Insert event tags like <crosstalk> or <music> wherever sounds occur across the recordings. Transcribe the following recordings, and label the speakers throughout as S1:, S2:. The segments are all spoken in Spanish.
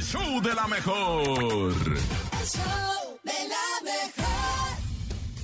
S1: show de la mejor.
S2: El show de la mejor.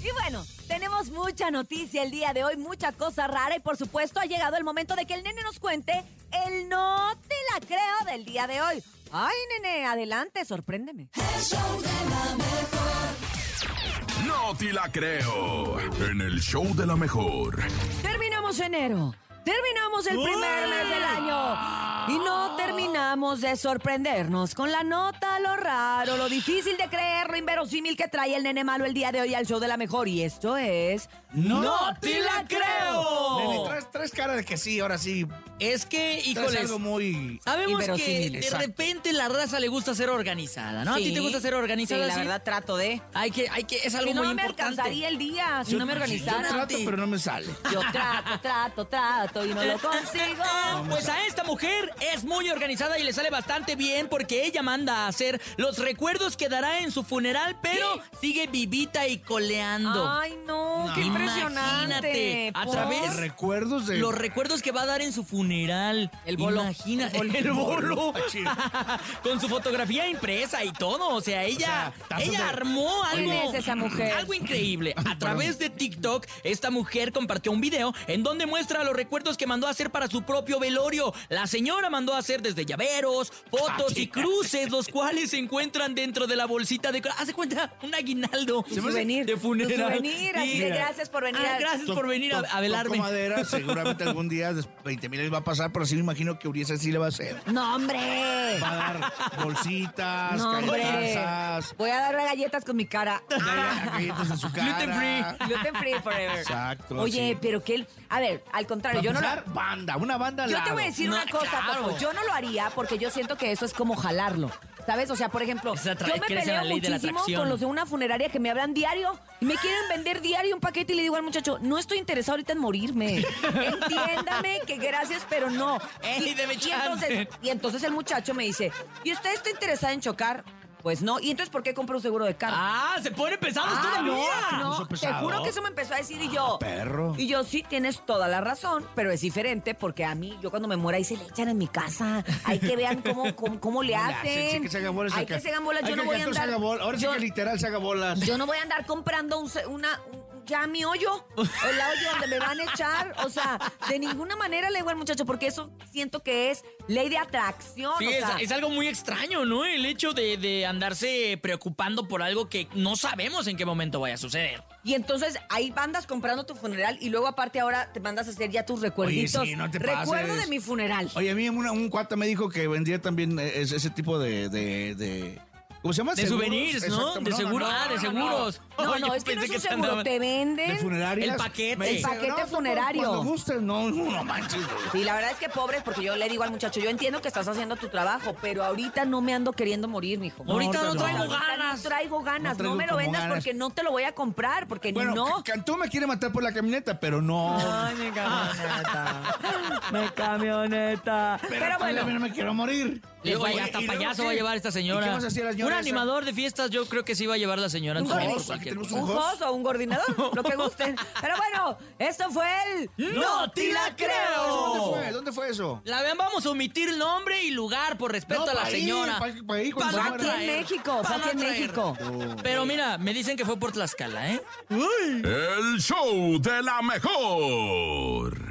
S3: Y bueno, tenemos mucha noticia el día de hoy, mucha cosa rara y por supuesto ha llegado el momento de que el nene nos cuente el no te la creo del día de hoy. Ay, nene, adelante, sorpréndeme.
S2: El show de la mejor.
S1: No te la creo. En el show de la mejor.
S3: Terminamos enero. Terminamos el primer mes del año. Y no terminamos de sorprendernos con la nota, lo raro, lo difícil de creer, lo inverosímil que trae el nene malo el día de hoy al show de la mejor. Y esto es.
S4: ¡No
S3: te la
S4: Nene,
S3: creo!
S4: traes, traes cara de que sí, ahora sí.
S5: Es que,
S4: Traes
S5: híjoles,
S4: algo muy...
S3: Ah,
S5: sabemos que
S3: Inverosímil.
S5: de
S4: Exacto.
S5: repente la raza le gusta ser organizada, ¿no? ¿A ti te gusta ser organizada?
S3: Sí, la
S5: así?
S3: verdad trato de.
S5: Hay que, hay que, es algo
S3: Si no,
S5: muy
S3: no me
S5: importante.
S3: alcanzaría el día si no me Ah,
S4: Yo
S3: organizara.
S4: trato, pero no me sale.
S3: Yo trato, trato, trato y no lo consigo.
S5: Ah, Pues a esta mujer es muy organizada y le sale bastante bien porque ella manda a hacer los recuerdos que dará en su funeral, pero sigue vivita y coleando.
S3: Ay, no, qué
S5: Imagínate,
S3: impresionante.
S5: a
S3: ¿Por?
S5: través-
S4: Recuerdos de...
S5: Los recuerdos que va a dar en su funeral.
S3: El bolo.
S5: Imagina,
S3: El bolo.
S5: el, bolo. <laughs> Con su fotografía impresa y todo. O sea, ella,
S4: O sea, tazos
S5: ella
S4: de-
S5: armó algo.
S3: ¿Quién es esa mujer?
S5: Algo increíble. A través de TikTok, esta mujer compartió un video en donde muestra los recuerdos que mandó a hacer para su propio velorio. La señora mandó a hacer desde llaveros, fotos y cruces, los cuales se encuentran dentro de la bolsita de. ¿Hace cuenta? Un aguinaldo.
S3: Un souvenir.
S5: De funeral.
S3: Un souvenir, así
S5: Sí.
S3: de gracias por venir.
S5: Ah,
S3: a-
S5: gracias por venir a, a velarme.
S4: Toco madera, seguramente algún día 20 mil va a pasar, pero sí me imagino que Urias sí le va a hacer.
S3: No, hombre.
S4: Va a dar bolsitas,
S3: No, hombre.
S4: calzas,
S3: Voy a darle galletas con mi cara. <laughs>
S4: galletas en su cara.
S5: Gluten free.
S3: Gluten free forever.
S4: Exacto,
S3: Oye,
S4: sí.
S3: pero que él. A ver, al contrario,
S4: Para
S3: yo no lo.
S4: empezar, banda, una banda al
S3: Yo te
S4: lado.
S3: voy a decir
S5: No,
S3: una cosa,
S5: claro.
S3: Paco. Yo no lo haría porque yo siento que eso es como jalarlo. ¿Sabes? O sea, por ejemplo,
S5: Es atra-
S3: yo me
S5: crees en
S3: peleo
S5: la ley de la
S3: muchísimo
S5: atracción.
S3: con los de una funeraria que me hablan diario y me quieren vender diario un paquete y le digo al muchacho, no estoy interesado ahorita en morirme. Entiéndame que gracias, pero no.
S5: Ey, deme
S3: y, entonces,
S5: chance.
S3: y entonces el muchacho me dice, ¿y usted está interesada en chocar? Pues no. ¿Y entonces por qué compró un seguro de carro?
S5: Ah, se pone pesado
S3: Ah, no,
S5: todavía.
S4: puso
S3: no, te
S4: pesado.
S3: juro que eso me empezó a decir y yo.
S4: Ah, perro.
S3: Y yo sí tienes toda la razón, pero es diferente porque a mí, yo cuando me muera ahí se le echan en mi casa. Hay que vean
S4: <laughs>
S3: cómo, cómo, cómo le
S4: Hola, sí,
S3: hacen.
S4: sí, que se hagan bolas
S3: Hay
S4: acá.
S3: que se hagan bolas.
S4: Hay
S3: Yo no
S4: que
S3: voy a
S4: el gato se
S3: andar.
S4: haga bolas. Ahora
S3: yo,
S4: sí que literal se haga
S3: <laughs>
S4: bolas.
S3: yo no voy a andar comprando un se- una. un- ya mi hoyo, el hoyo donde me van a echar. O sea, de ninguna manera le digo al muchacho, porque eso siento que es ley de atracción.
S5: Sí,
S3: o
S5: es,
S3: sea,
S5: es algo muy extraño, ¿no? El hecho de, de andarse preocupando por algo que no sabemos en qué momento vaya a suceder.
S3: Y entonces ahí andas comprando tu funeral y luego aparte ahora te mandas a hacer ya tus recuerditos.
S4: Oye, sí, no te
S3: Recuerdo
S4: pases.
S3: de mi funeral.
S4: Oye, a mí una- un cuata me dijo que vendía también eh, ese, ese tipo de, de, de- ¿Cómo se llama?
S5: De souvenirs, ¿no?
S4: Exacto.
S5: De seguro- ah, de
S3: No, no.
S5: seguros.
S3: No,
S5: Oye,
S3: no, es que no es
S5: pensé
S3: un
S5: que se
S3: seguro.
S5: andaban-
S3: Te
S4: De
S3: venden.
S4: funerarias.
S5: El paquete.
S4: Me
S5: El
S3: paquete
S4: tú cu-
S3: funerario.
S4: Cuando gustes, no, no
S3: <laughs>
S4: manches.
S3: Sí, la verdad es que pobres, porque yo le digo al muchacho, yo entiendo que estás haciendo tu trabajo, pero ahorita no me ando queriendo morir, mijo.
S5: No, ahorita no
S3: O sea,
S5: traigo
S3: ahorita
S5: ganas.
S3: No traigo ganas,
S4: No
S3: no,
S4: traigo
S3: me lo
S4: como
S3: vendas
S4: ganas.
S3: porque no te lo voy a comprar, porque
S4: Bueno,
S3: no.
S4: C- Cantú me quiere matar por la camioneta, pero no.
S3: mi <laughs> camioneta. mi camioneta. <laughs> Pero,
S4: Pero
S3: bueno,
S4: No me quiero morir.
S5: Y,
S4: Oye,
S5: oye, hasta
S4: ¿y luego
S5: payaso
S4: qué?
S5: va a llevar esta
S4: ¿Y
S5: señora.
S4: qué más hacía la señora
S5: un
S4: esa?
S5: animador de fiestas yo creo que sí va a llevar la señora.
S3: Un
S5: también,
S3: gordo.
S5: cualquier
S4: Aquí tenemos
S3: un
S4: un host.
S3: host o un coordinador, lo que
S5: <laughs>
S3: gusten. Pero bueno, esto fue el...
S5: ¡No te la creo!
S4: ¿Dónde fue? ¿Dónde fue eso?
S5: La vean, vamos a omitir nombre y lugar por respeto
S4: No,
S5: a la
S4: pa' ahí,
S5: señora.
S4: pa' pa' ahí, cuando
S5: Pa'
S4: se
S3: Aquí
S5: la
S4: muera.
S3: en
S5: traer.
S3: México, fue
S5: Van a
S3: aquí en
S5: traer.
S3: México.
S5: Pero mira, me dicen que fue por Tlaxcala, ¿eh?
S1: El show de la mejor.